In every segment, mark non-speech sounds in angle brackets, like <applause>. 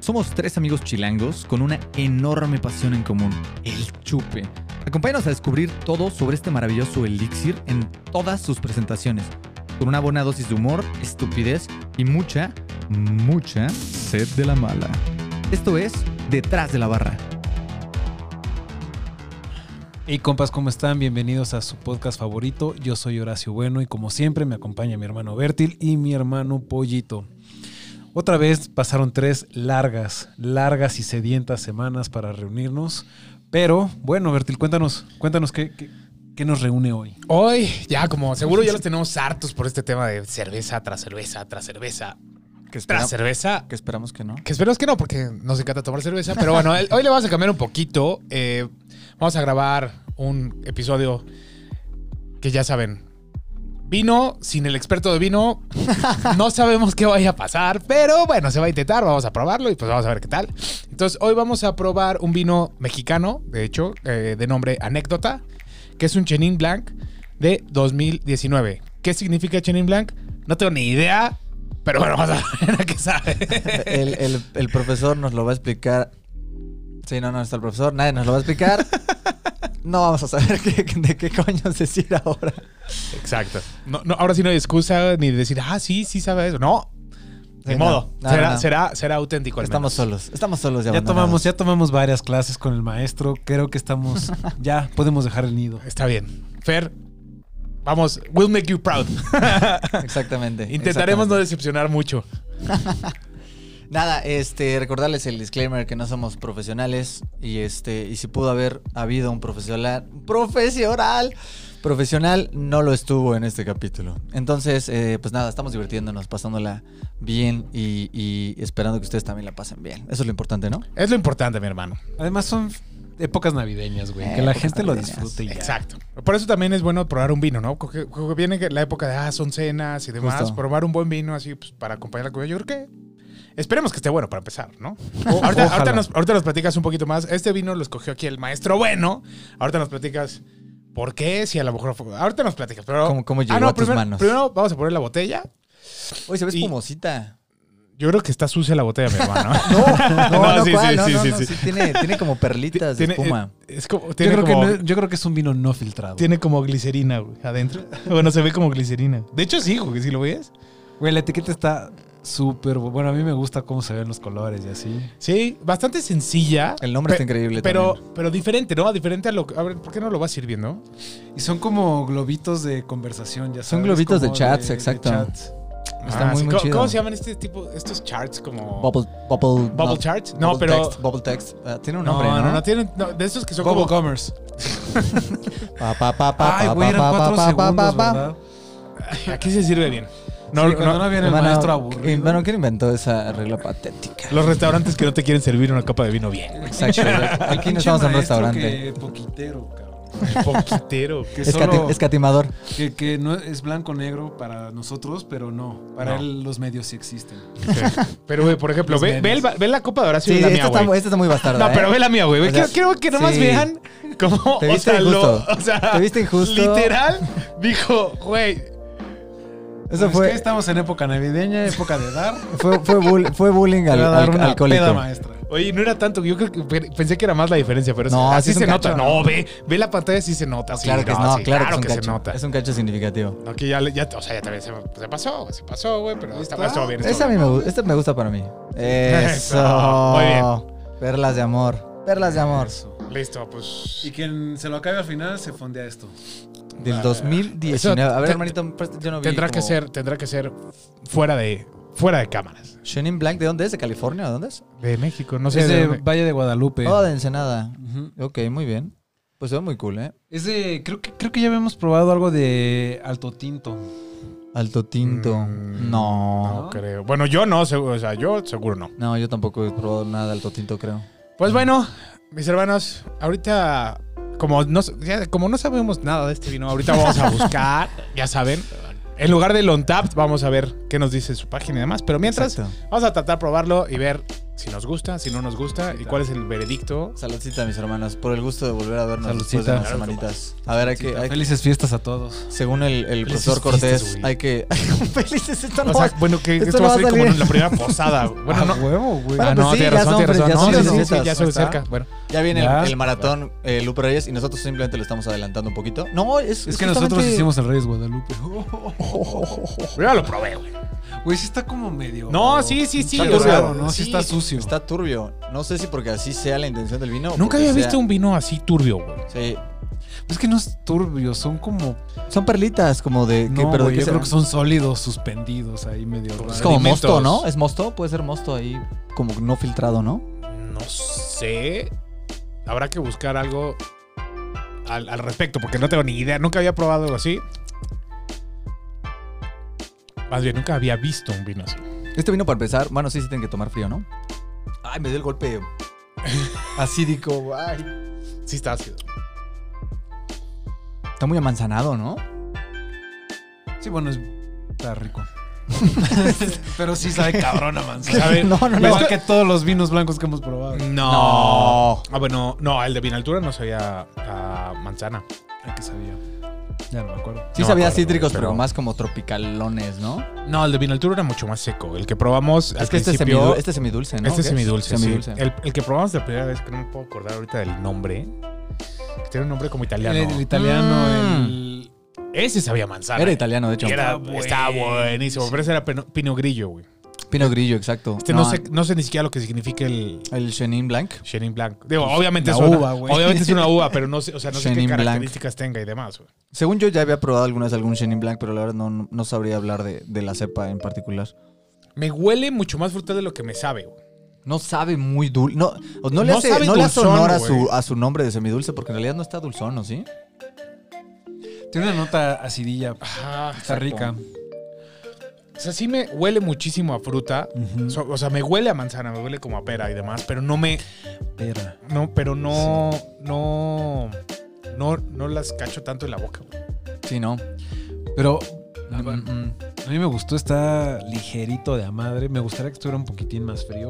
Somos tres amigos chilangos con una enorme pasión en común, el chupe. Acompáñanos a descubrir todo sobre este maravilloso elixir en todas sus presentaciones, con una buena dosis de humor, estupidez y mucha, mucha sed de la mala. Esto es Detrás de la Barra. Hey compas, ¿cómo están? Bienvenidos a su podcast favorito. Yo soy Horacio Bueno y como siempre me acompaña mi hermano Bertil y mi hermano Pollito. Otra vez pasaron tres largas, largas y sedientas semanas para reunirnos. Pero bueno, Bertil, cuéntanos, cuéntanos qué, qué- qué nos reúne hoy. Hoy, ya como seguro ya los tenemos hartos por este tema de cerveza tras cerveza, tras cerveza, Que, tras cerveza. que esperamos que no. Que esperemos que no, porque nos encanta tomar cerveza. Pero bueno, el- hoy le vamos a cambiar un poquito. Eh, vamos a grabar un episodio que ya saben. Vino, sin el experto de vino, no sabemos qué vaya a pasar, pero bueno, se va a intentar, vamos a probarlo y pues vamos a ver qué tal. Entonces, hoy vamos a probar un vino mexicano, de hecho, eh, de nombre Anécdota, que es un Chenin Blanc de 2019. ¿Qué significa Chenin Blanc? No tengo ni idea, pero bueno, vamos a ver <laughs> a qué sabe. El, el- el profesor nos lo va a explicar. Sí, no, no está el profesor, nadie nos lo va a explicar. No vamos a saber qué- de qué coño es decir ahora. Exacto. No, no, ahora sí no hay excusa ni de decir, ah, sí, sí sabe eso. No. De Sí, no. modo. No, será, no, no. será, será auténtico. al menos. Estamos solos, estamos solos ya. Ya tomamos, abandonados. ya tomamos varias clases con el maestro. Creo que <laughs> estamos, ya podemos dejar el nido. Está bien. Fer, vamos, we'll make you proud. <laughs> Exactamente. Intentaremos no exactamente. decepcionar mucho. Nada, este, recordarles el disclaimer que no somos profesionales y este, y si pudo haber habido un profesional, profesional, profesional, no lo estuvo en este capítulo. Entonces, eh, pues nada, estamos divirtiéndonos, pasándola bien y, y esperando que ustedes también la pasen bien. Eso es lo importante, ¿no? Es lo importante, mi hermano. Además son épocas navideñas, güey. Eh, que la épocas gente lo navideñas. disfrute y ya. Exacto. Por eso también es bueno probar un vino, ¿no? Porque porque viene que la época de, ah, son cenas y demás. Justo. Probar un buen vino así pues, para acompañar la comida. Yo creo que. Esperemos que esté bueno para empezar, ¿no? O- Ahorita, ojalá. ahorita nos, ahorita nos platicas un poquito más. Este vino lo escogió aquí el maestro bueno. Ahorita nos platicas por qué, si a lo mejor fue- Ahorita nos platicas, pero. Ah, ¿Cómo- cómo llegó a tus primero, manos? Primero vamos a poner la botella. Oye, se ve Y- espumosita. Yo creo que está sucia la botella, mi hermano. <laughs> No, sí, ¿cuál? sí, sí, sí, sí. tiene, tiene como perlitas Tiene- eh, de espuma. Es como, Yo tiene, creo, como, que no- yo creo que es un vino no filtrado. tiene como glicerina güey, adentro. <laughs> Bueno, se ve como glicerina. De hecho, sí, güey, si lo ves. Güey, la etiqueta está súper... bu- Bueno, a mí me gusta cómo se ven los colores y así. Sí, bastante sencilla. El nombre Pe- está increíble Pero, también. pero diferente, ¿no? Diferente a lo que. A ver, ¿por qué no lo vas sirviendo? Y son como globitos de conversación, ya sabes. Son globitos de como chats, exacto. Está Ah, muy, sí. muy ¿Cómo, chido. cómo se llaman este tipo, estos charts como. Bubble, bubble, Bubble no, charts? No, bubble pero- text, bubble text. Ah, tiene No, un nombre, no, ¿no? no, tienen. no, de estos que son Bubble como. Commerce. Pa, pa, pa, pa, Ay, pa, güey, eran pa, cuatro pa, pa, pa, segundos, pa. ¿verdad? Aquí se sirve bien. No, No, cuando no, no, viene el Hermano, maestro ¿qué- aburrido. Hermano, ¿quién inventó esa regla patética? Los restaurantes que no te quieren servir una copa de vino <laughs> bien. <laughs> Exacto. Aquí no estamos en un restaurante. Que poquitero, cabrón. Poquitero. Que Escati- solo- Escatimador. que, que no es blanco negro para nosotros, pero no. Para No. él los medios sí existen. Pero, güey, por ejemplo, Los ve, ve, el memes. va- ve la copa de Horacio Sí, y la esta mía, está, güey. mu- esta está muy bastarda. No, pero ¿eh? ve la mía, güey. O sea, quiero, quiero que nomás sí. vean cómo. Te o viste sea, lo- injusto. o sea, Te viste injusto. Literal, dijo, güey, Eso Es que fue, estamos en época navideña, época de dar. fue, fue, bull- fue bullying Te al, voy a dar al- una alcohólico. peda maestra. Oye, no era tanto. Yo creo que pe- pensé que era más la diferencia, pero No, así sí es se un nota. cacho. No, ve, ve la pantalla, sí se nota. sí, Claro que es- no, sí, claro que es un se nota. cacho. Es un cacho significativo. No, que ya, le- ya, o sea, ya también se, se pasó, güey, se pasó, güey, pero está, Está- estuvo bien. estuvo Esa a mí me, gu- esta me gusta para mí. Eso. Eso, <laughs> muy Perlas de amor. Perlas de amor. bien. Listo, pues. Y quien se lo acabe al final se fondea esto. Del Ah, 2019. A ver, te- hermanito, presta- yo no vi. Tendrá que como- ser, tendrá que ser fuera de, fuera de cámaras. Shining Blank, ¿de dónde es? ¿De California? ¿De dónde es? De México, no Es sé. de de dónde. Valle de Guadalupe. Oh, de Ensenada. Ujú. Ok, muy bien. Pues se ve muy cool, ¿eh? Es de, creo que, creo que ya habíamos probado algo de alto tinto. Alto tinto. Mm, no. No creo. Bueno, yo no, seguro, o sea, yo seguro no. No, yo tampoco he probado nada de alto tinto, creo. Pues bueno, mis hermanos, ahorita, como no, ya- como no sabemos nada de este vino, ahorita vamos a <laughs> buscar, ya saben. En lugar del on tap, vamos a ver qué nos dice su página y demás. Pero mientras, Exacto. vamos a tratar de probarlo y ver si nos gusta, si no nos gusta y cuál es el veredicto. Saludcita, mis hermanos, por el gusto de volver a vernos después de Saludcita. unas semanitas. A ver, hay que, hay que- Felices fiestas a todos. según el, el Felices profesor Cortés, fiestas, este güey. hay que... <laughs> Felices esto no O sea, va- bueno, que esto esto, no va va a a ser como salir. en la primera <laughs> posada. Bueno, A no. huevo, güey. Ah, Ah, pues no, sí, tienes ya razón, son tienes fres- razón. ya No, son sí, sí, sí, fresitas. ya estoy Ahí está. cerca. Bueno, Ya viene el- Ya. el, maratón eh, Lupe Reyes y nosotros simplemente lo estamos adelantando un poquito. No, es, Es que justamente- nosotros hicimos el Reyes Guadalupe. Oh, yo ya lo probé, güey. <laughs> Güey, sí está como medio. No, sí, sí, sí. Está o sea, turbio, ¿no? Sí, sí. está sucio. Está turbio. No sé si porque así sea la intención del vino. o Nunca porque había sea- visto un vino así turbio, güey. Sí. Es que no es turbio, son como. Son perlitas como de... No, pero güey, ¿qué yo será? creo que son sólidos suspendidos ahí medio. Es raros. como mosto, Alimentos. ¿no? Es mosto, puede ser mosto ahí como no filtrado, ¿no? No sé. Habrá que buscar algo al, al respecto, porque no tengo ni idea. Nunca había probado algo así. Más bien, nunca había visto un vino así. Este vino para empezar, bueno, sí, sí tienen que tomar frío, ¿no? Ay, me dio el golpe acídico, ay. Sí está <laughs> ácido. Está muy amanzanado, ¿no? Sí, bueno, es- está rico. Pero sí sabe cabrón a manzana. ¿Sabe? No, no, no. Igual que todos los vinos blancos que hemos probado. No. Ah, bueno, no, el de Vinaltura no sabía a manzana. Ay, que sabía. Ya no me acuerdo. Sí No me sabía acuerdo, cítricos, güey, pero... pero- más como tropicalones, ¿no? No, el de Vinaltura era mucho más seco. El que probamos al es que este es, principio- semidu- este es semidulce, ¿no? Este es ¿Qué semidulce, Semidulce. sí. El, el que probamos la primera vez, que no me puedo acordar ahorita del nombre. Que tiene un nombre como El, italiano. el italiano, Mm. el. Ese sabía a manzana. Era italiano, de hecho. Y era- Está buen- estaba buenísimo. Pero ese era pino, pino grillo, güey. Pino grillo, exacto. Este no, sé, no sé ni siquiera lo que significa el El Chenin Blanc. Chenin Blanc. Digo, obviamente La es una uva, güey. Obviamente es una uva, pero no sé, o sea, no sé Chenin qué Blanc. características tenga y demás, güey. Según yo ya había probado alguna vez algún Chenin Blanc, pero la verdad no, no sabría hablar de, de la cepa en particular. Me huele mucho más frutal de lo que me sabe, güey. No sabe muy dulce. No, o no le No hace, sabe no le hace dulzón, honor a güey. su, a su nombre de semidulce porque en realidad no está dulzón, ¿no? ¿Sí? Mm. Tiene una nota acidilla. Ah, Está rica. O sea, sí me huele muchísimo a fruta. Ujú. So- o sea, me huele a manzana, me huele como a pera y demás, pero no me. Pera. No, pero no. No. No, no las cacho tanto en la boca, güey. Sí, no. Pero. Mm, mm. A mí me gustó, está ligerito de a madre. Me gustaría que estuviera un poquitín más frío.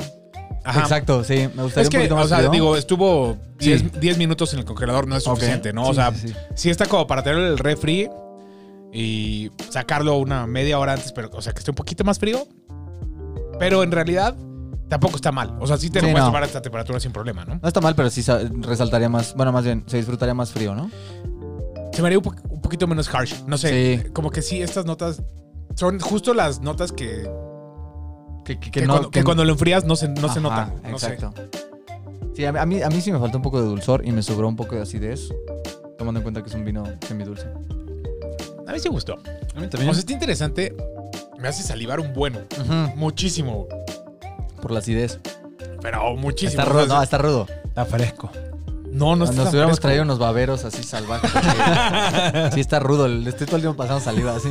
Exacto, sí. Me gustaría Es un que, poquito más o sea, frío. digo, estuvo Sí. 10 10 minutos en el congelador, no es Ok. suficiente, ¿no? Sí, o sea, sí, sí. Sí, está como para tener el refri y sacarlo una media hora antes, pero, o sea, que esté un poquito más frío. Pero en realidad tampoco está mal. O sea, sí te lo Sí, puedes no. tomar a esta temperatura sin problema, ¿no? No está mal, pero sí sa- resaltaría más. Bueno, más bien, se disfrutaría más frío, ¿no? Se me haría un, po- un poquito menos harsh. No sé, Sí. como que sí, estas notas son justo las notas que, Que, que cuando, que cuando lo enfrías no se, no se Ajá, notan. No sé. exacto. Sí, a mí- a mí, a mí sí me faltó un poco de dulzor y me sobró un poco de acidez, tomando en cuenta que es un vino semidulce. A mí sí me gustó. A mí O también. sea, está interesante. Me hace salivar un bueno. Muchísimo. Por la acidez. Pero muchísimo. Está O sea, rudo, no, está rudo. está fresco. no, no, está Nos tan hubiéramos fresco. traído unos baberos así salvajes. <laughs> porque sí, está rudo. Le estoy todo el este día pasando saliva así.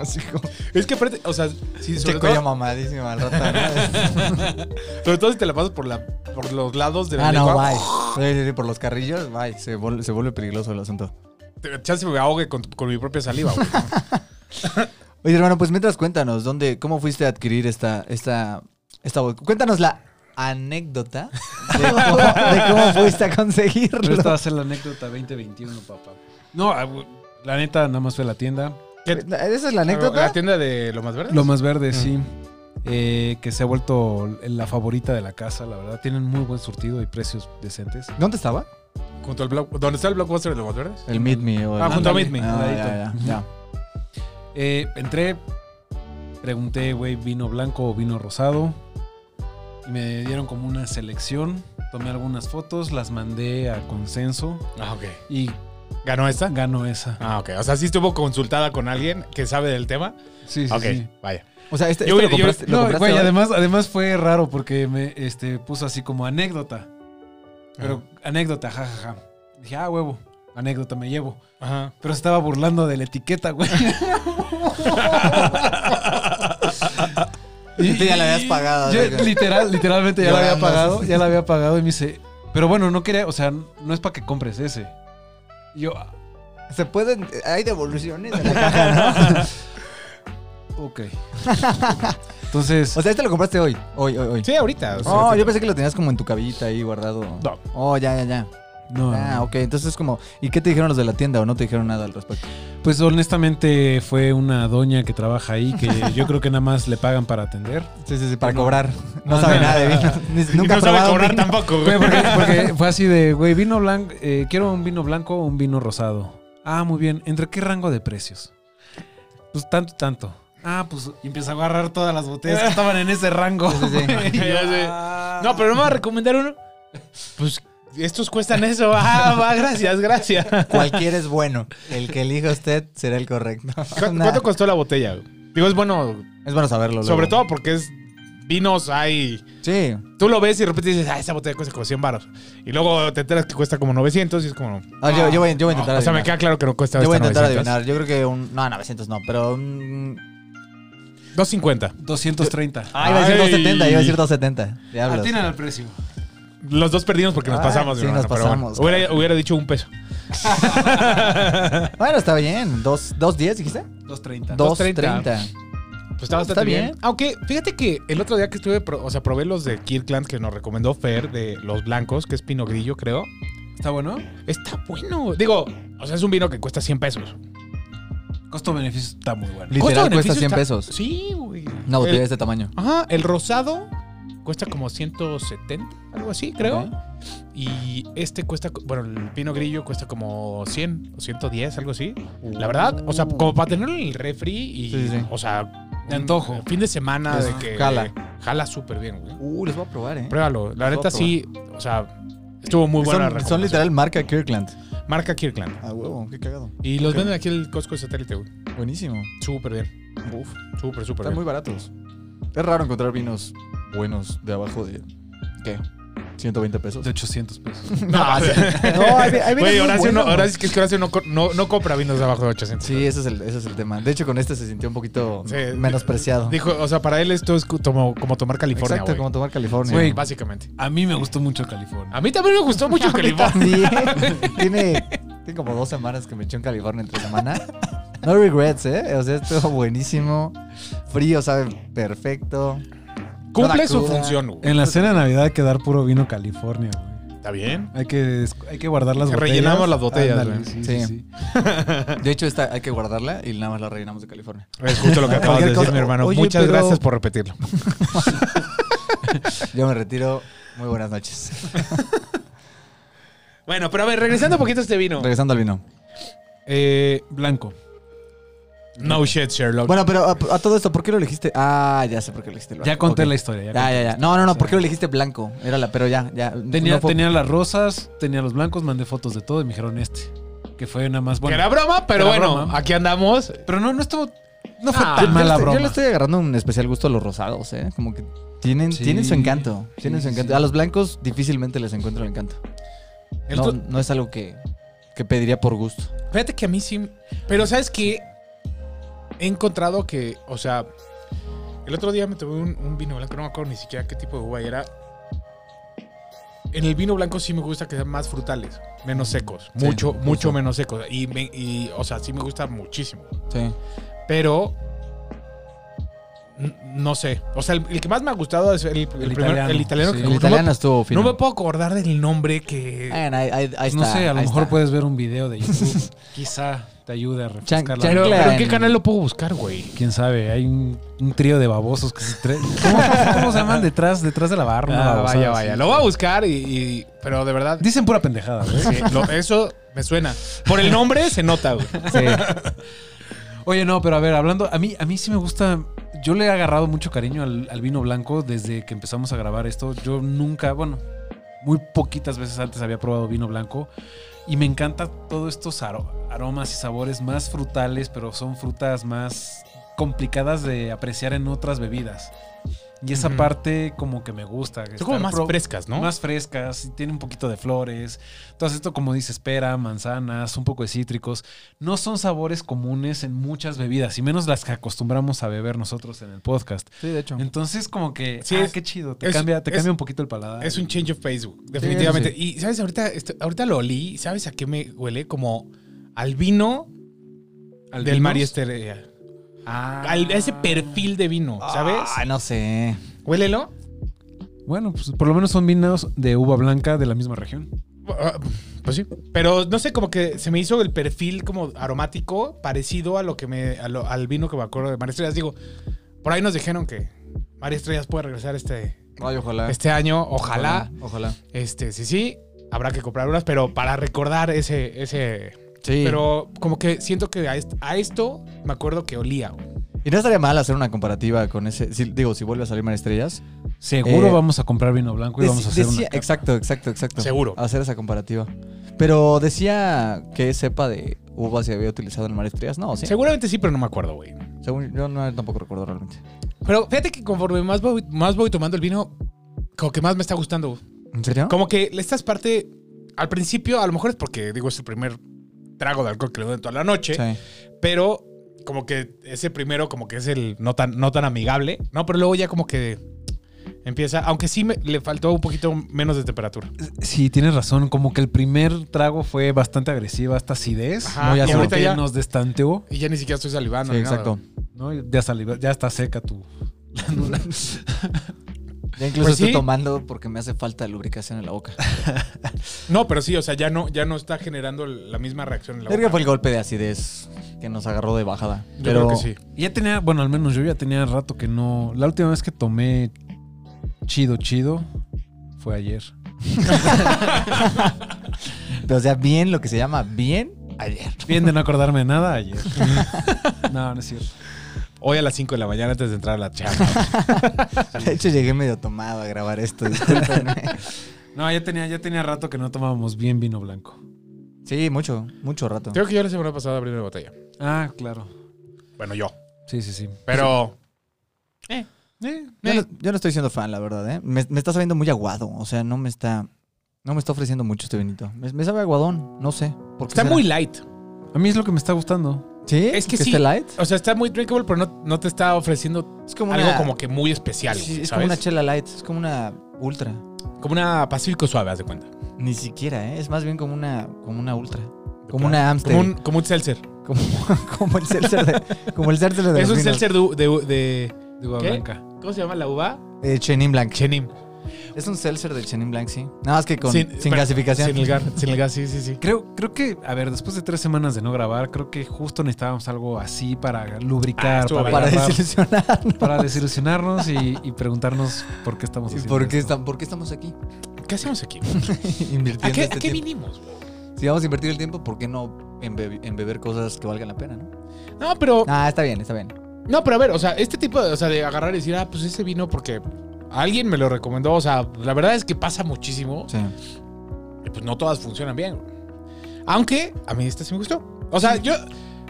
así como. Es que aparte, o sea, sí, sobre Este todo, cuello mamadísima al <laughs> rato. ¿no? Este, Sobre todo si te la pasas por, la, por los lados de la ah, no, lengua. bye. Sí, sí, sí, por los carrillos, bye. Se vuelve, se vuelve peligroso el asunto. Te- Chance me ahogue con, con mi propia saliva. <laughs> güey. Oye, hermano, pues mientras cuéntanos, ¿dónde, ¿cómo fuiste a adquirir esta, esta, esta vodka? Cuéntanos la anécdota de <laughs> cómo, de cómo fuiste a Pero conseguirlo. esta va a ser la anécdota 2021, papá. No, ah, güey, la neta, nada más fue a la tienda. ¿Esa es la anécdota? ¿La tienda de lo más verde? Lo más Mm. verde, sí. Eh, que se ha vuelto la favorita de la casa, la verdad. Tienen muy buen surtido y precios decentes. ¿Dónde estaba? Junto al block, ¿Dónde está el blockbuster de lo más verde? El Meet Me. o el- Ah, junto a Ándale. Meet Me. Ah, al ya, ladito. ya, ya. Eh, entré, pregunté, güey, vino blanco o vino rosado. Y me dieron como una selección. Tomé algunas fotos, las mandé a consenso Ah, ok. y ¿Ganó esta? ganó esa. Ah, ok. O sea, sí estuvo consultada con alguien que sabe del tema. Sí, sí, ok, sí. vaya. O sea, este, Yo este lo hubiera- yo- compraste. lo No, compraste güey, ahora. además, además fue raro porque me este, puso así como anécdota. Pero Ah. anécdota, jajaja. Dije, ah, huevo, anécdota me llevo. Ajá. Pero se estaba burlando de la etiqueta, <laughs> güey. Y tú ya la habías pagado, Yo, güey. literal, literalmente ya la había Llorando. pagado, ya la había pagado y me dice, pero bueno, no quería, o sea, no es para que compres ese. Y yo, ah, Se pueden. "Ah". <laughs> Hay devoluciones de la caja, ¿no? ok. Entonces, O sea, este lo compraste hoy. Hoy, hoy, hoy. Sí, ahorita. o sea, Oh, ahorita. yo pensé que lo tenías como en tu cabellita ahí guardado. No. Oh, ya, ya, ya. no. Ah, no. ok. Entonces, como, ¿y qué te dijeron los de la tienda o no te dijeron nada al respecto? Pues honestamente fue una doña que trabaja ahí que yo creo que nada más le pagan para atender. Sí, sí, sí, para No. cobrar. No, No, sabe no. nada de vino. Ni- <laughs> Y Nunca ha no sabe probado un cobrar vino. <laughs> tampoco, Güey, güey. porque, porque fue así de, güey, vino blanco, quiero un vino blanco o un vino rosado. Ah, muy bien. ¿Entre qué rango de precios? Pues tanto, tanto. Ah, pues y empieza a agarrar todas las botellas que estaban en ese rango. Sí, <laughs> sí, sí. güey. Ya sé. Ah. No, pero no me va a recomendar uno. Pues estos cuestan eso. Ah, va, gracias, gracias. Cualquiera es bueno. El que elija usted será el correcto. ¿Cu- Nah, ¿Cuánto costó la botella? güey? Digo, es bueno, Es bueno saberlo. sobre luego. todo porque es vinos hay. Sí. Tú lo ves y de repente dices, ah, esa botella cuesta como 100 baros. Y luego te enteras que cuesta como 900 y es como. Ah, yo, yo voy, yo voy a no, intentar o sea, me adivinar. queda claro que no cuesta. Yo voy a esta intentar 900. adivinar. Yo creo que un. No, 900 no, pero. mm, 250. 230. ah, iba a decir Ay. 270, iba a decir 270. Diablos. Atinan al precio. Los dos perdimos porque nos Ah, pasamos. sí, mi hermano, nos pero bueno. pasamos, hubiera, hubiera dicho un peso. Bueno, está bien. Dos- ¿210 dijiste? 230. 2.30. 230. Pues está bastante Está bien. bien. Aunque, fíjate que el otro día que estuve, pro- o sea, probé los de Kirkland que nos recomendó Fer de los blancos, que es Pino Grillo, creo. ¿Está bueno? Está bueno. Digo, o sea, es un vino que cuesta 100 pesos. Costo-beneficio está muy bueno. Literal Costo-beneficio cuesta 100 está- pesos. Sí, güey. Una botella de El- este tamaño. Ajá, el rosado cuesta como 170, algo así, creo. Ok. Y este cuesta, co- bueno, el Pino Grillo cuesta como 100 o 110, algo así. La verdad, o sea, como para tenerlo en el refri y, Sí, sí, sí. o sea, De un antojo. Fin de semana Pues, de que jala. jala súper bien, güey. Uh, les voy a probar, eh. Pruébalo. La Los voy neta a sí, o sea, estuvo muy buena la Son, son recomendación. literal marca Kirkland. Marca Kirkland. Ah, huevo, qué cagado. Y los Ok. venden aquí en el Costco de satélite, güey. Buenísimo. Súper bien. Uf, Súper, súper están bien. muy baratos. Es raro encontrar vinos buenos de abajo de. ¿Qué? 120 pesos. <laughs> De 800 pesos. <laughs> No, Ah, hay vi- hay vinos Güey, muy Horacio, no, buenos. Horacio, que es que Horacio no, co- no, no compra vinos de abajo de 800. Sí, ese es, el, ese es el tema. De hecho, con este se sintió un poquito Sí. menospreciado. Dijo, o sea, para él esto es cu- como, como tomar California, Exacto, güey. como tomar California. Güey, Básicamente. A mí me gustó mucho California. A mí también me gustó <laughs> mucho California. También. <laughs> tiene, tiene como dos semanas que me eché en California entre semana. No regrets, ¿eh? O sea, estuvo buenísimo. Frío, sabe perfecto. Cumple su Barracuda. función, güey. En la cena de Navidad hay que dar puro vino California, güey. Está bien. Hay que, hay que guardar las botellas. Rellenamos las botellas, Ándale, güey. sí, Sí. sí, sí. De hecho, esta hay que guardarla y nada más la rellenamos de California. Es justo <laughs> lo que acabas de Cualquier decir, cosa. mi hermano. Oye, Muchas pero- gracias por repetirlo. Yo me retiro. Muy buenas noches. Bueno, pero a ver, regresando un poquito a este vino. Regresando al vino. Eh, Blanco. no shit, Sherlock. Bueno, pero a, a todo esto, ¿por qué lo elegiste? Ah, ya sé por qué lo elegiste. Ya conté la historia. ya Ya, conté. ya, ya. No, no, no, ¿por qué lo elegiste blanco? Era la, pero ya, ya. Tenía, No fue- tenía las rosas, tenía los blancos, mandé fotos de todo y me dijeron este. Que fue nada más que bueno. era broma, pero era bueno, broma. aquí andamos. Pero no, no estuvo. No fue Ah, tan Yo le mala estoy- broma. Yo le estoy agarrando un especial gusto a los rosados, ¿eh? Como que tienen, Sí, tienen su encanto. sí, Tienen su sí, encanto. sí. A los blancos difícilmente les encuentro el encanto. El No, tu- no es algo que, que pediría por gusto. Fíjate que a mí sí. Pero sabes que he encontrado que, o sea, el otro día me tomé un, un vino blanco, no me acuerdo ni siquiera qué tipo de uva era. En el vino blanco sí me gusta que sean más frutales, menos secos, Sí, mucho, justo. mucho menos secos. Y, me- y, o sea, sí me gusta muchísimo. Sí. Pero n- no sé. O sea, el, el que más me ha gustado es el, el primer- el italiano. italiano, sí. que- El no me- italiano estuvo no fino. me puedo acordar del nombre que. Bueno, ahí, ahí- ahí no está, sé, a lo ahí mejor está. puedes ver un video <laughs> de YouTube. Quizá te ayude a refrescar la pero, chancla. mente. pero ¿en qué en- canal lo puedo buscar, güey? Quién sabe, hay un, un trío de babosos que se tre- ¿Cómo, cómo se llaman? Detrás, detrás de la barra. una Ah, babosada vaya, así. vaya. Lo voy a buscar y. y- pero de verdad. Dicen pura pendejada, güey. sí, lo- eso me suena. Por el nombre se nota, güey. Sí. Oye, no, pero a ver, hablando, a mí, a mí sí me gusta. Yo le he agarrado mucho cariño al, al vino blanco desde que empezamos a grabar esto. Yo nunca, bueno, muy poquitas veces antes había probado vino blanco. Y me encanta todos estos aro- aromas y sabores más frutales, pero son frutas más complicadas de apreciar en otras bebidas. Y esa Ujú. parte como que me gusta. Son como estar más pro- frescas, ¿no? Más frescas, y tiene un poquito de flores. Entonces esto como dices, pera, manzanas, un poco de cítricos. No son sabores comunes en muchas bebidas, y menos las que acostumbramos a beber nosotros en el podcast. Sí, de hecho. Entonces como que, Sí, ah, es- qué chido, te, es- cambia, te es- cambia un poquito el paladar. Es un change of pace, güey, definitivamente. Y, ¿sabes? Ahorita, esto- ahorita lo olí. ¿Sabes a qué me huele? Como al vino del ¿Albinos? María Estrella. Ah. al- a ese perfil de vino, ¿sabes? Ah, no sé. Huélelo. Bueno, pues por lo menos son vinos de uva blanca de la misma región. Ah, Pues sí. Pero no sé, como que se me hizo el perfil como aromático parecido a lo que me, a lo- al vino que me acuerdo de María Estrellas. Digo, por ahí nos dijeron que María Estrellas puede regresar este, Ay, ojalá. este año. Ojalá. Ojalá. Este, sí, sí. Habrá que comprar unas, pero para recordar ese, ese. Sí. Pero como que siento que a, est- a esto me acuerdo que olía. güey. Y no estaría mal hacer una comparativa con ese. si- digo, si vuelve a salir Mar Estrellas. Seguro Eh, vamos a comprar vino blanco y Deci- vamos a hacer decía- una. cata. Exacto, exacto, exacto. Seguro. Hacer esa comparativa. Pero decía que cepa de uva se había utilizado en Mar Estrellas. No, sí. Seguramente sí, pero no me acuerdo, güey. Según yo no tampoco recuerdo realmente. Pero fíjate que conforme más voy, más voy tomando el vino, como que más me está gustando. güey. ¿En serio? Como que esta es parte, al principio, a lo mejor es porque, digo, es el primer trago de alcohol que le doy en toda la noche, Sí. pero como que ese primero como que es el no tan, no tan amigable, ¿no? Pero luego ya como que empieza, aunque sí me, le faltó un poquito menos de temperatura. Sí, tienes razón. Como que el primer trago fue bastante agresiva, hasta acidez. Ajá, muy y ácido, ahorita que ya- nos destanteó. Y ya ni siquiera estoy salivando. Sí, ni nada. exacto. ¿no? Ya, saliva- ya está seca tu glándula. Ya incluso Pues estoy sí. tomando porque me hace falta lubricación en la boca. No, pero sí, o sea, ya no, ya no está generando la misma reacción en la Creo que boca. fue el golpe de acidez que nos agarró de bajada. Yo pero creo que sí. ya tenía, bueno, al menos yo ya tenía rato que no. La última vez que tomé chido, chido fue ayer. Pero, o sea, bien lo que se llama bien ayer. Bien de no acordarme de nada <laughs> ayer. no, no es cierto. Hoy a las 5 de la mañana antes de entrar a la charla. De hecho, llegué medio tomado a grabar <laughs> esto. discúlpenme. No, ya tenía, ya tenía rato que no tomábamos bien vino blanco. sí, mucho, mucho rato. creo que yo la semana pasada abrí una botella. Ah, claro. Bueno, yo. Sí, sí, Eh, sí. Pero Yo no, yo no estoy siendo fan, la verdad, ¿eh? Me, me está sabiendo muy aguado. O sea, no me está. No me está ofreciendo mucho este vinito. Me, me sabe aguadón, no sé. ¿por qué está será? muy light. A mí es lo que me está gustando. ¿Sí? Es que sí. esté light? O sea, está muy drinkable, pero no, no te está ofreciendo Es como algo una. como que muy especial. sí, güey, es como ¿sabes? una chela light. Es como una ultra. Como una Pacífico suave, haz de cuenta. Ni siquiera, ¿eh? Es más bien como una, como una ultra. Como Claro. una Amstel. Como un, como un seltzer. Como, <laughs> como el seltzer de. Como el seltzer <laughs> de. es los un vinos. seltzer de, de- de- De uva ¿Qué? blanca. ¿Cómo se llama la uva? Eh, Chenin Blanc. Chenim. Es un seltzer de Chenin Blanc, sí. Nada más que con, sin, pero- gasificación. Sin el gas, sin el gas, sí, sí, sí. Creo, creo que, a ver, después de tres semanas de no grabar, creo que justo necesitábamos algo así para Ah, lubricar, estuvo para, bien. <laughs> <laughs> para grabar, desilusionar. para desilusionarnos y, y preguntarnos por qué estamos ¿Y haciendo por qué, esto. estam- por qué estamos aquí? ¿Qué hacemos aquí? <laughs> Invirtiendo ¿A qué, este a qué tiempo. vinimos? güey? Si vamos a invertir el tiempo, ¿por qué no en, bebe- en beber cosas que valgan la pena, no? No, pero. Ah, está bien, está bien. No, pero a ver, o sea, este tipo de, o sea, de agarrar y decir, ah, pues ese vino porque alguien me lo recomendó. O sea, la verdad es que pasa muchísimo. Sí. Y pues no todas funcionan bien. güey. Aunque a mí esta sí me gustó. O sea, yo,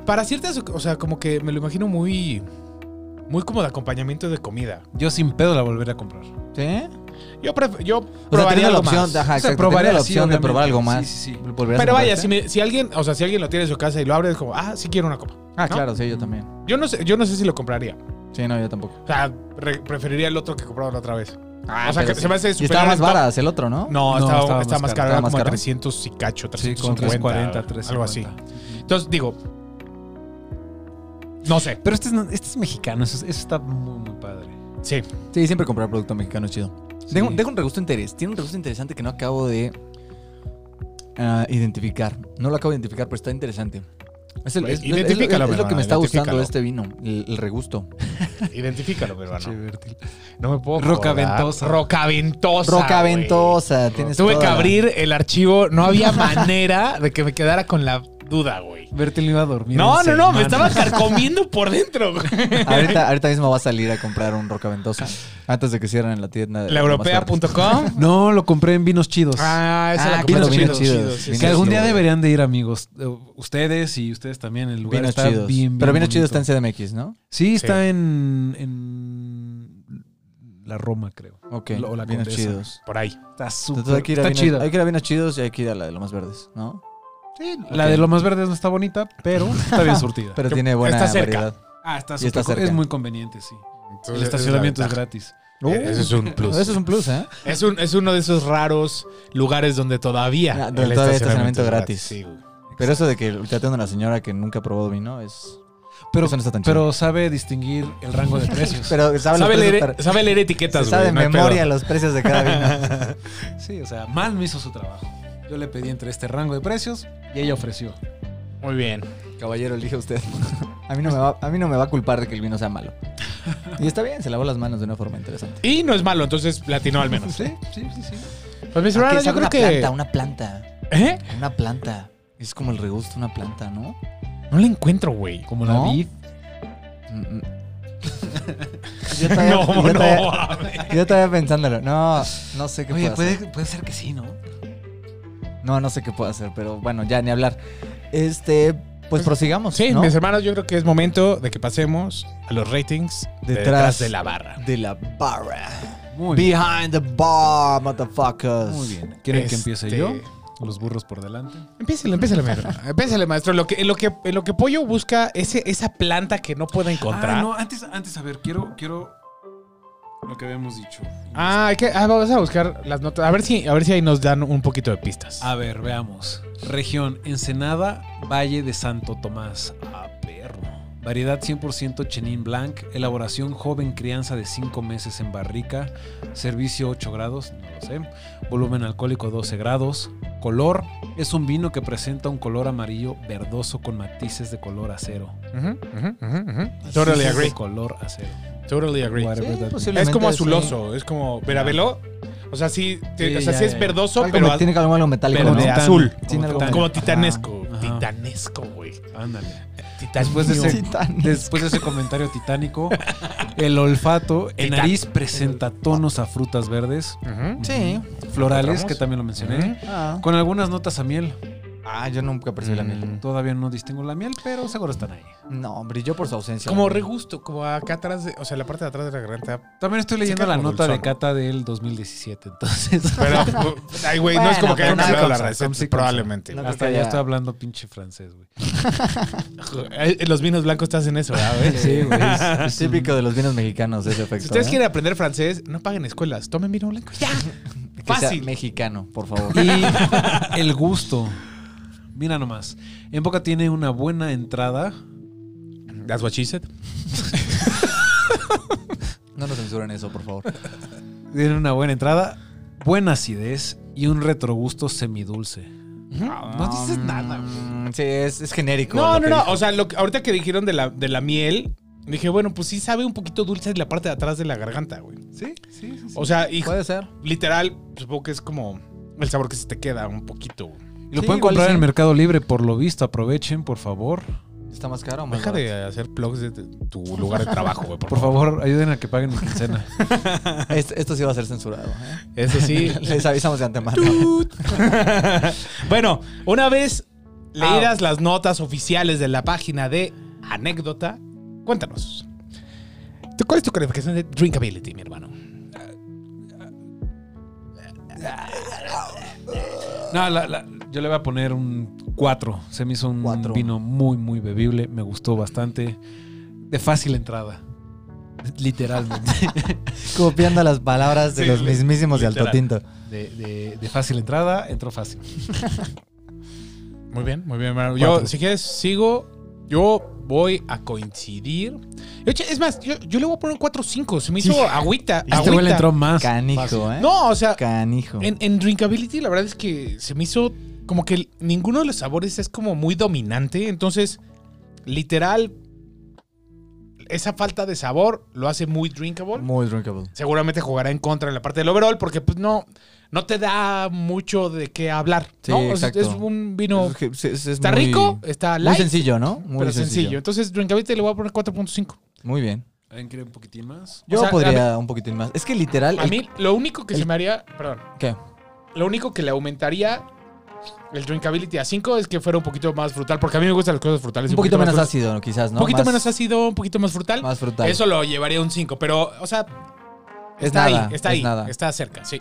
para ciertas, o sea, como que me lo imagino muy, muy como de acompañamiento de comida. Yo sin pedo la volveré a comprar. ¿Sí? Yo, pref- yo O sea, probaría teniendo la algo opción, más. ajá, O sea, exacto, probaré teniendo la así, opción de obviamente. probar algo Sí, más. sí, sí. ¿volverías a Pero vaya, comprarte? si, me- si alguien, o sea, si alguien lo tiene en su casa y lo abre, es como, ah, sí quiero una copa. Ah, ¿no? claro, sí, yo también. Yo no sé, yo no sé si lo compraría. Sí, no, yo tampoco. O sea, re- preferiría el otro que compraba la otra vez. o sea, Ah, pero que sí. se me hace Y superior estaba más en top. barato el otro, ¿no? Pues No, No, estaba, estaba estaba más más caro, caro, era estaba más como caro. 300 y cacho, Sí, 350, con 340, 350. algo así. Entonces, digo, no sé, Pero este es, este es mexicano, eso, eso está muy, muy padre. sí. Sí, siempre comprar producto mexicano es chido. Sí. Deja, un- deja un regusto interés. Tiene un regusto interesante que no acabo de ah, identificar. No lo acabo de identificar, pero está interesante. Es, el- es- es- es lo- es Pues Identifícalo, lo que hermano, me está gustando identifícalo. de este vino, el, el regusto. Identifícalo, mi hermano. Che, Bertil. No me puedo. Roca acordar. Ventosa. Roca Ventosa. Roca güey. ventosa. Tienes Tuve toda que la- abrir el archivo. No <laughs> había manera de que me quedara con la duda, güey. Bertil no iba a dormir. No, en no, no. Me estaba semanas. carcomiendo por <laughs> dentro, güey. Ahorita, ahorita mismo va a salir a comprar un roca ventosa. Antes de que cierren la tienda. de La europea.com. No, lo compré en vinos chidos. Ah, esa Ah, la claro, compré. vino Chido, chido, chido, sí, vino sí. que algún día chido. deberían de ir, amigos. Eh, Ustedes y ustedes también. El lugar Vinos está chidos. bien, bien pero vinos chidos está bonito. en CDMX, ¿no? Sí, está Sí. En, en la Roma, creo. Ok. O la vinos Condesa. chidos. Por ahí. Está Entonces hay súper. que ir a Está vinos- chida. Hay que ir a vinos chidos y hay que ir a la de los más verdes, ¿no? La Ok. de Lomas Verdes no está bonita, pero está bien <laughs> surtida. Pero Que tiene buena está cerca. variedad. ah, está, Y está súper- cerca. Es muy conveniente, sí. El Entonces, estacionamiento es esa la gratis. ventaja. Uh, Ese es un plus. Eso es un plus, ¿eh? Es, un, es uno de esos raros lugares donde todavía. Ah, el donde todavía hay estacionamiento es gratis. Sí, güey. Pero eso de que te atiende una señora que nunca ha probado vino es. Pero, Eso no está tan chido. pero sabe distinguir el rango de precios. <laughs> Pero sabe, Sabe los precios, leer, e- pero- sabe leer se etiquetas, güey. sabe de no hay memoria pedo. los precios de cada vino. sí, o sea, mal me hizo su trabajo. Yo le pedí entre este rango de precios y ella ofreció. Muy bien. Caballero, elige usted. A mí, no me va, a mí no me va a culpar de que el vino sea malo. Y está bien, se lavó las manos de una forma interesante. Y no es malo, entonces platinó al menos. Sí, sí, sí, sí. Pues mi ¿A qué celular, yo sabe creo una que. planta, una planta, ¿Eh? una planta. Es como el regusto de una planta, ¿no? No la encuentro, güey. Como ¿No? la vid. Mm, <laughs> mm. Yo todavía, no, no. yo todavía- yo todavía pensándolo. No, no sé qué Oye, puedo puede, hacer. puede ser que sí, ¿no? No, no sé qué puedo hacer, pero bueno, ya ni hablar. Este, pues prosigamos. Sí, ¿no? mis hermanos, yo creo que es momento de que pasemos a los ratings de Detrás. detrás, de la barra. De la barra. Muy bien. Behind the bar, motherfuckers. Muy bien. ¿Quieren que empiece Este- yo? Ah, Los burros por delante. Empiésele, empiésele, <laughs> maestro. Empiésele, maestro. Lo que, en lo que, en lo que Pollo busca ese, esa planta que no puede encontrar. Ah, Ah, no, antes, antes, a ver, quiero, quiero lo que habíamos dicho. hay que, ah, vamos a buscar las notas. A ver si, a ver si ahí nos dan un poquito de pistas. A ver, veamos. Región, Ensenada, Valle de Santo Tomás. A perro. Variedad 100% Chenin Blanc. Elaboración joven crianza de 5 meses en barrica. Servicio 8 grados, no lo sé. Volumen alcohólico 12 grados. Color, es un vino que presenta un color amarillo verdoso con matices de color acero. Ujú, ujú, ujú, ujú. Totally Matices agree. De color acero. Totally agree. Whatever that means. posiblemente. Es como es un- azuloso, es como verabelo. O sea, sí, te- Sí, o sea, ya, sí ya, es ya. verdoso, Algo pero me- tiene que algo malo metálico. Pero ¿no? de verde tan- azul. Tiene algo tan- Como Ajá. titanesco. Ajá. Titanesco, güey. Ándale. <laughs> Titanio. Después de, ese, Titanes. después de ese comentario titánico, el olfato, el Titán. nariz presenta tonos a frutas verdes, Ujú. Sí. florales, ¿Encontramos? que también lo mencioné, Ah. con algunas notas a miel. Ah, yo nunca percibí la miel. Mm. Todavía no distingo la miel, pero seguro están ahí. No, brilló por su ausencia. Como regusto, como acá atrás, de- o sea, la parte de atrás de la garganta. También estoy leyendo queda la como nota de dulzón. cata del 2017, entonces <laughs> <laughs> Pero, ay, güey, no es Bueno, como que pero hayan nada, cambiado la cosa, receta, sí, cosa. probablemente. No. hasta creo que ya haya- estoy hablando pinche francés, <laughs> güey. Eh, Los vinos blancos te hacen eso, <laughs> ¿verdad, <laughs> güey? Sí, güey. es- Es es un- típico de los vinos mexicanos ese efecto. Si ustedes ¿eh? quieren aprender francés, no paguen escuelas, tomen vino blanco. Ya. Que sea Fácil. mexicano, por favor. Y <laughs> el gusto. Mira nomás. En boca tiene una buena entrada. That's what she said. No nos censuren eso, por favor. Tiene una buena entrada, buena acidez y un retrogusto semidulce. No dices nada, güey. Mm, Sí, es, es genérico. No, Ah, lo no, que no. dijo. O sea, lo que- ahorita que dijeron de la, de la miel, dije, bueno, pues sí sabe un poquito dulce de la parte de atrás de la garganta, güey. Sí, sí, sí. O sea, y Puede ser. literal, supongo que es como el sabor que se te queda un poquito. güey. lo sí, pueden igual comprar sí. en Mercado Libre, por lo visto. Aprovechen, por favor. ¿Está más caro o más Deja barato? de hacer plugs de tu lugar de trabajo, güey. Por, Por favor. favor, ayuden a que paguen mi quincena. Es- esto sí va a ser censurado. ¿eh? <laughs> Eso sí. <laughs> <laughs> Les avisamos de antemano. bueno, una vez Ah. leídas las notas oficiales de la página de anécdota, cuéntanos. ¿Tú- ¿Cuál es tu calificación de drinkability, mi hermano? No, la- la- yo le voy a poner un 4. Se me hizo un Cuatro. vino muy, muy bebible. Me gustó bastante. De fácil entrada. <laughs> Literalmente. Copiando las palabras de Sí, los mismísimos de literal. Alto Tinto. De, de- de fácil entrada, entró fácil. Muy bien, muy bien, hermano. Cuatro. Yo, si quieres, sigo. Yo voy a coincidir. Yo, che, Es más, yo, yo le voy a poner un 4-5. Se me hizo agüita. Este güey le agüita. entró más. Canijo, ¿eh? No, o sea, Canijo. en, en drinkability la verdad es que se me hizo como que el- ninguno de los sabores es como muy dominante. Entonces, literal, esa falta de sabor lo hace muy drinkable. Muy drinkable. Seguramente jugará en contra en la parte del overall porque pues no, no te da mucho de qué hablar. Sí, ¿no? O sea, exacto. Es un vino... Es- es- es Está muy- rico, está Muy light, sencillo, ¿no? Muy pero sencillo. Entonces, Drinkability le voy a poner 4.5. Muy bien. ¿Alguien quiere un poquitín más? Yo O sea, podría un poquitín más. Es que literal. A el- mí, lo único que el- se me haría, perdón, ¿Qué? lo único que le aumentaría el Drinkability a 5 es que fuera un poquito más frutal, porque a mí me gustan las cosas frutales. Un poquito menos más ácido, ¿no? quizás, Un ¿no? poquito Más- menos ácido, un poquito más frutal. Más frutal. Eso lo llevaría a un 5, pero, o sea, Es está nada, ahí, está es ahí, nada. está cerca, sí.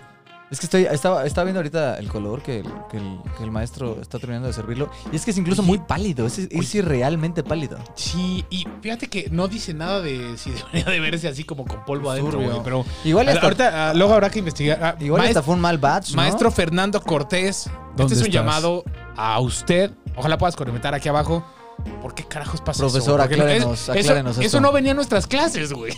Es que estoy, estaba, estaba viendo ahorita el color que el, que el- que el maestro está terminando de servirlo. Y es que es incluso muy pálido. Es, es irrealmente pálido. Sí, y fíjate que no dice nada de si <laughs> debería de verse así como con polvo adentro, Turbio. güey, pero Igual hasta, ahorita, ah, luego habrá que investigar. Ah, igual hasta maestro- fue un mal batch, ¿no? Maestro Fernando Cortés, este es ¿Dónde un estás? llamado a usted. Ojalá puedas comentar aquí abajo. ¿Por qué carajos pasa Profesor, eso? Porque no- es- aclárenos, eso- aclárenos eso, esto. no venía en nuestras clases, güey.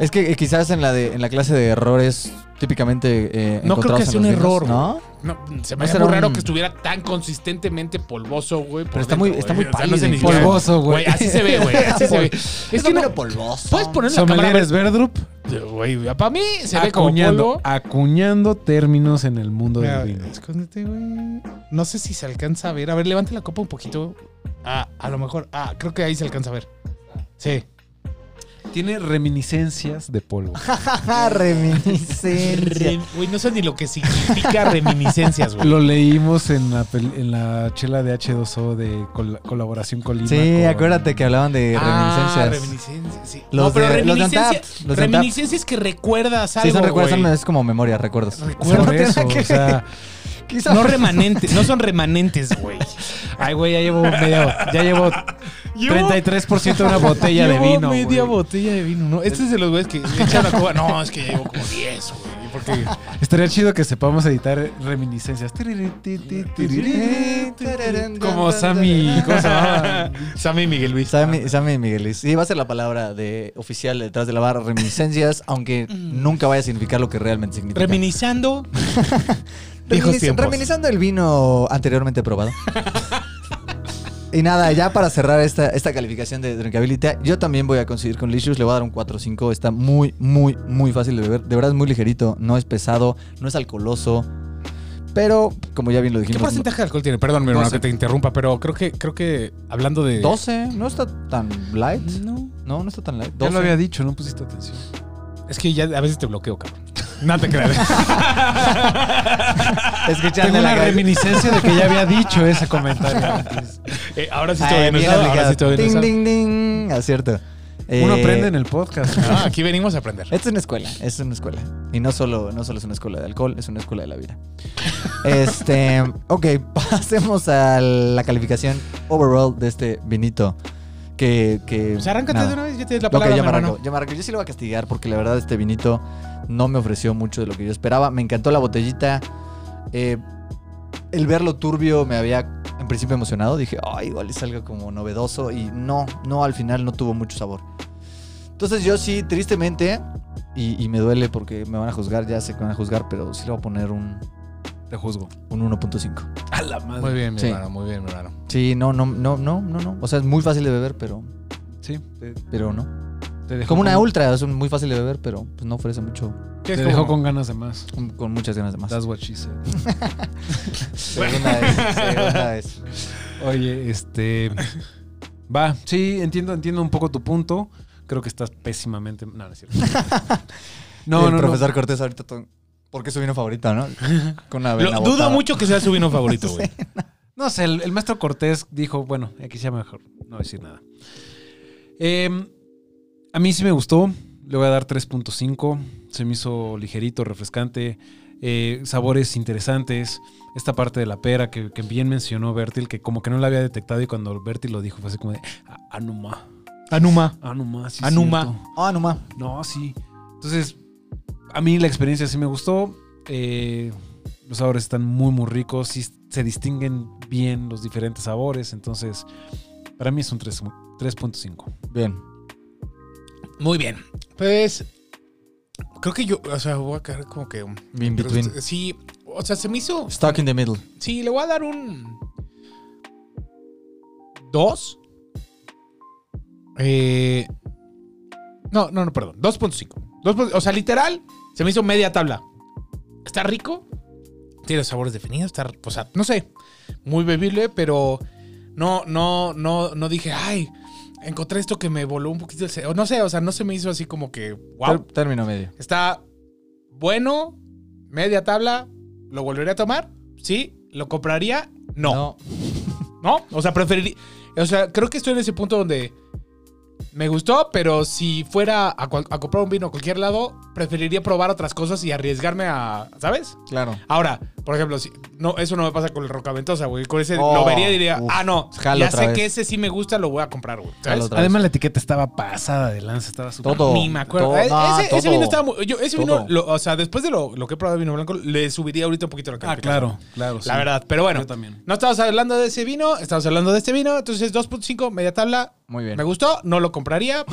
Es que eh, quizás en la de en la clase de errores típicamente eh, No creo que encontrados en sea un los libros, error, ¿no? No, se No me hace será muy raro un- que estuviera tan consistentemente polvoso, güey. por Pero está dentro, muy- güey. está muy pálido y ni- polvoso, güey. Güey, así se ve, güey. Así <laughs> se ve. Es que no... polvoso. Puedes <laughs> poner la cámara... Sommelier Sverdrup Güey, para mí se ve como acuñando, polvo. acuñando términos en el mundo Mira, del vino. escóndete, güey. No sé si se alcanza a ver. A ver, levante la copa un poquito. Ah, a lo mejor. Ah, creo que ahí se alcanza a ver. Sí. Tiene reminiscencias de <laughs> polvo. Ajá, Ah, reminiscencia. <laughs> Güey, no sé ni lo que significa <laughs> reminiscencias, güey. Lo leímos en la, pel- en la chela de H2O de col- colaboración con Lima. Sí, con- acuérdate que hablaban de Ah, reminiscencias. reminiscencias, sí. Los no, pero de- los de reminiscencia- Untappd, los de reminiscencias que recuerdas algo, Sí, son recuerdos, güey. son- es como memoria, recuerdos. Recuerdos. Por <laughs> No tiene eso, nada que o sea, ver. Quizás- No remanentes, no son remanentes, <laughs> güey. ay, güey, ya llevo medio, ya llevo <laughs> 33% de una botella de Llevo vino. media güey. botella de vino, ¿no? Este es de los güeyes que le echan la copa. No, es que ya llevo como 10, güey. Porque Estaría chido que sepamos editar reminiscencias. Como Sammy, ¿cómo se llama? Sammy Miguel Luis. Sammy, Sammy Miguelis. Sí, va a ser la palabra de oficial detrás de la barra, <laughs> reminiscencias, aunque nunca vaya a significar lo que realmente significa. Reminizando. viejos Reminiz- tiempos. Reminizando el vino anteriormente probado. <laughs> y nada, ya para cerrar esta, esta calificación de drinkability, yo también voy a conseguir con Licious. Le voy a dar un 4-5. Está muy, muy, muy fácil de beber. De verdad es muy ligerito. No es pesado, no es alcoholoso. Pero, como ya bien lo ¿Qué dijimos, porcentaje de alcohol tiene? Perdón, mi hermano, Doce. que te interrumpa, pero creo que, creo que hablando de. 12, no está tan light. No. No, no está tan light. Ya 12. lo había dicho, no pusiste atención. Es que ya a veces te bloqueo, cabrón. No te creas. Escuchando Tengo la una cal- reminiscencia de que ya había dicho ese comentario. Eh, ahora sí Ay, estoy bien bien usado. Ahora aplicado. sí estoy bien Ding, usado. ding, ding. Acierto. Uno Eh, aprende en el podcast. No, Ah, aquí venimos a aprender. Esta es una escuela, esta es una escuela. Y no solo, no solo es una escuela de alcohol, es una escuela de la vida. Este, <laughs> ok, pasemos a la calificación overall de este vinito. Que, que Pues arráncate nada. de una vez, ya tienes la Ok, palabra, mi ya me arranco, hermano. ya me arranco. Yo sí lo voy a castigar porque la verdad este vinito no me ofreció mucho de lo que yo esperaba. Me encantó la botellita. Eh, el verlo turbio me había en principio emocionado. Dije, ay, igual es algo como novedoso. Y no, no, al final no tuvo mucho sabor. Entonces yo sí, tristemente, y, y me duele porque me van a juzgar, ya sé que me van a juzgar, pero sí le voy a poner un, Te juzgo. un 1.5. A la madre. Muy bien, mi Sí. hermano, muy bien, mi hermano. Sí, no, no, no, no, no, no. O sea, es muy fácil de beber, pero, Sí, te, pero no. te dejó Como una con- ultra, es un- muy fácil de beber, pero pues, no ofrece mucho ¿Qué Te es dejó como- con ganas de más. Con- Con muchas ganas de más. That's what she said. Segunda vez, segunda vez. Oye, este. <laughs> Va, sí, entiendo, entiendo un poco tu punto. Creo que estás pésimamente. No, no es <laughs> cierto. Y No, el no, no. profesor Cortés ahorita, todo- porque es su vino <laughs> favorito, ¿no? Con una Lo- vena dudo botada. mucho que sea su vino favorito, güey. No sé, el, el maestro Cortés dijo, bueno, aquí sea mejor. No decir nada. Eh, a mí sí me gustó. Le voy a dar 3.5. Se me hizo ligerito, refrescante. eh, sabores interesantes. Esta parte de la pera que, que bien mencionó Bertil, que como que no la había detectado y cuando Bertil lo dijo fue así como de, "Ah, Anuma, Anuma. Anuma, sí. es Anuma. cierto". Ah, no más. No, sí. Entonces, a mí la experiencia sí me gustó. Eh, los sabores están muy, muy ricos. Sí se distinguen bien los diferentes sabores. Entonces, para mí es un 3 3.5. Bien. Muy bien. Pues creo que yo, o sea, voy a quedar como que. um, In between. Sí, o sea, se me hizo. Stuck in the middle. Sí, le voy a dar un. Dos. Eh, no, no, no, perdón. 2.5. Dos pun- O sea, literal, se me hizo media tabla. Está rico. Tiene los sabores definidos. Está, o sea, no sé. Muy bebible, pero no, no, no, no dije, ay, encontré esto que me voló un poquito el ce-". O No sé, o sea, no se me hizo así como que, wow. Ter- término medio. Está bueno, media tabla. ¿Lo volvería a tomar? Sí. ¿Lo compraría? No. ¿No? O sea, preferiría. O sea, creo que estoy en ese punto donde me gustó, pero si fuera a, cual- a comprar un vino a cualquier lado, preferiría probar otras cosas y arriesgarme a. ¿Sabes? claro. Ahora, Por ejemplo, si, no, eso no me pasa con el rocaventosa, güey. Con ese Oh, lo vería y diría, uf, ah, no, jalo ya otra sé vez. que ese sí me gusta, lo voy a comprar, güey. ¿sabes? Jalo otra vez. Además, la etiqueta estaba pasada de lanza, estaba súper. Todo. Ni me acuerdo. todo, Eh, no, ese, ese todo. vino estaba muy. Yo, ese vino, Todo. lo- o sea, después de lo, lo que he probado de vino blanco, le subiría ahorita un poquito la Ah, calificación. claro, claro. La sí. verdad. Pero bueno, Yo también. no estabas hablando de ese vino, estabas hablando de este vino. Entonces, 2.5, media tabla. Muy bien. Me gustó, no lo <laughs> compraría.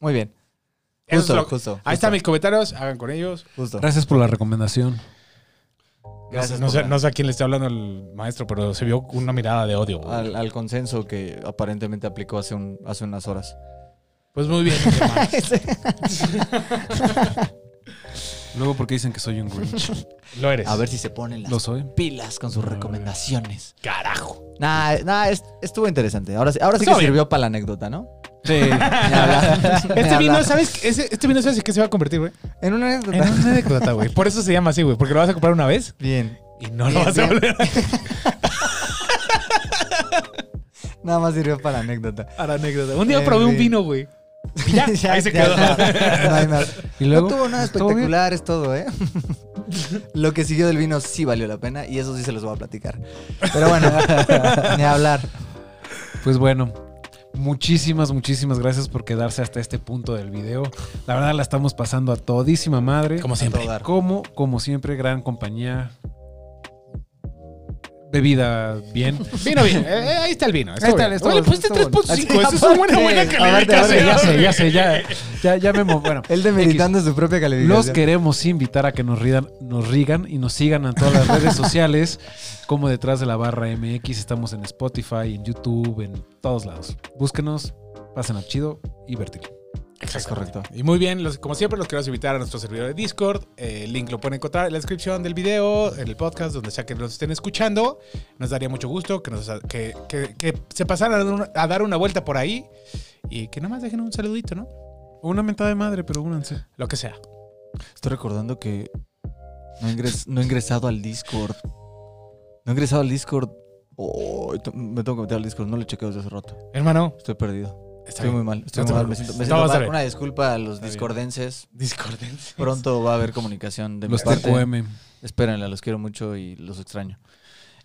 Muy bien. Eso es Justo, lo- justo, Ahí justo. están mis comentarios, hagan con ellos. Justo. Gracias por la recomendación. Gracias No sé, por- no sé a quién le está hablando el maestro, pero se vio una mirada de odio. güey. Al, al consenso que aparentemente aplicó hace, un, hace unas horas. Pues muy bien. mi <laughs> hermano. Este- Luego, porque dicen que soy un Grinch. lo eres. <laughs> A ver si se ponen las Lo soy. pilas con sus recomendaciones. Carajo. Nah, nah, es- estuvo interesante. Ahora sí, ahora sí que Estuvo bien. sirvió para la anécdota, ¿no? <laughs> Sí. Ni hablar. Ni Este vino, hablar. ¿sabes? qué? Ese- este vino, ¿sabes en qué se va a convertir, güey? En una anécdota. En una anécdota, güey. Por eso se llama así, güey. Porque lo vas a comprar una vez Bien. y no lo Bien, vas a bien. volver Nada más sirvió para la anécdota. <laughs> a la anécdota. Un día Bien, probé un bien. vino, güey. Y <laughs> ya, ahí se quedó. ya, no hay más. Y luego, no tuvo nada ¿estuvo bien? espectacular, es todo, ¿eh? <laughs> Lo que siguió del vino sí valió la pena y eso sí se los voy a platicar. Pero bueno, <laughs> ni hablar. Pues bueno, muchísimas, muchísimas gracias por quedarse hasta este punto del video. La verdad la estamos pasando a todísima madre. Como A siempre. todo dar. Como, como siempre, gran compañía. Bebida bien. Vino bien. Eh, eh, ahí está el vino. está, bien. está Oye, pues, este bueno, pusiste está bueno. 3.5. Eso es una buena, buena Aparte, calificación. ya sé, güey. ya sé, ya, ya, ya me mo- Bueno, Él demeritando su propia X. calificación. los queremos invitar a que nos ridan, nos rigan y nos sigan en todas las redes sociales, como detrás de la barra MX. Estamos en Spotify, en YouTube, en todos lados. Búsquenos, pasen a chido y vertigo. Es correcto. Y muy bien, los- como siempre, los queremos invitar a nuestro servidor de Discord. Eh, el link lo pueden encontrar en la descripción del video, en el podcast, donde sea que nos estén escuchando. Nos daría mucho gusto que, nos, que, que- que se pasaran a, dar una- a dar una vuelta por ahí y que nada más dejen un saludito, ¿no? Una mentada de madre, pero únanse. Lo que sea. Estoy recordando que no he, ingres- no he ingresado al Discord. No he ingresado al Discord. Oh, to- me tengo que meter al Discord. No lo chequeo desde hace rato. Hermano, Estoy perdido. está Estoy bien. muy mal. Estoy No te muy mal. Me preocupes. siento, me No, siento vas a mal. ver. Una disculpa a los Está bien. discordenses. Discordense. Pronto va a haber comunicación de mi Los parte. TQM. Espérenla, los quiero mucho y los extraño.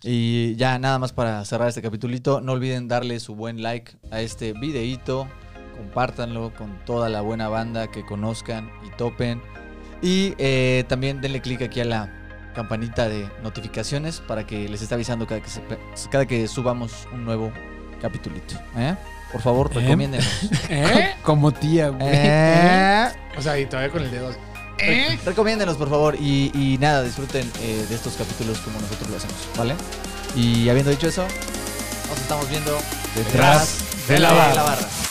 Y ya nada más para cerrar este capitulito, no olviden darle su buen like a este videíto, compártanlo con toda la buena banda que conozcan y topen. Y eh, también denle click aquí a la campanita de notificaciones para que les esté avisando cada que, se pe- cada que subamos un nuevo capitulito. ¿eh? Por favor, Em. ¿Eh? <laughs> recomiéndenos. ¿Eh? <laughs> Como tía, güey. ¿Eh? O sea, y todavía con el dedo. Re- <laughs> Recomiéndenos, por favor. Y, y nada, disfruten eh, de estos capítulos como nosotros lo hacemos, ¿vale? Y habiendo dicho eso, nos estamos viendo Detrás de la barra. barra.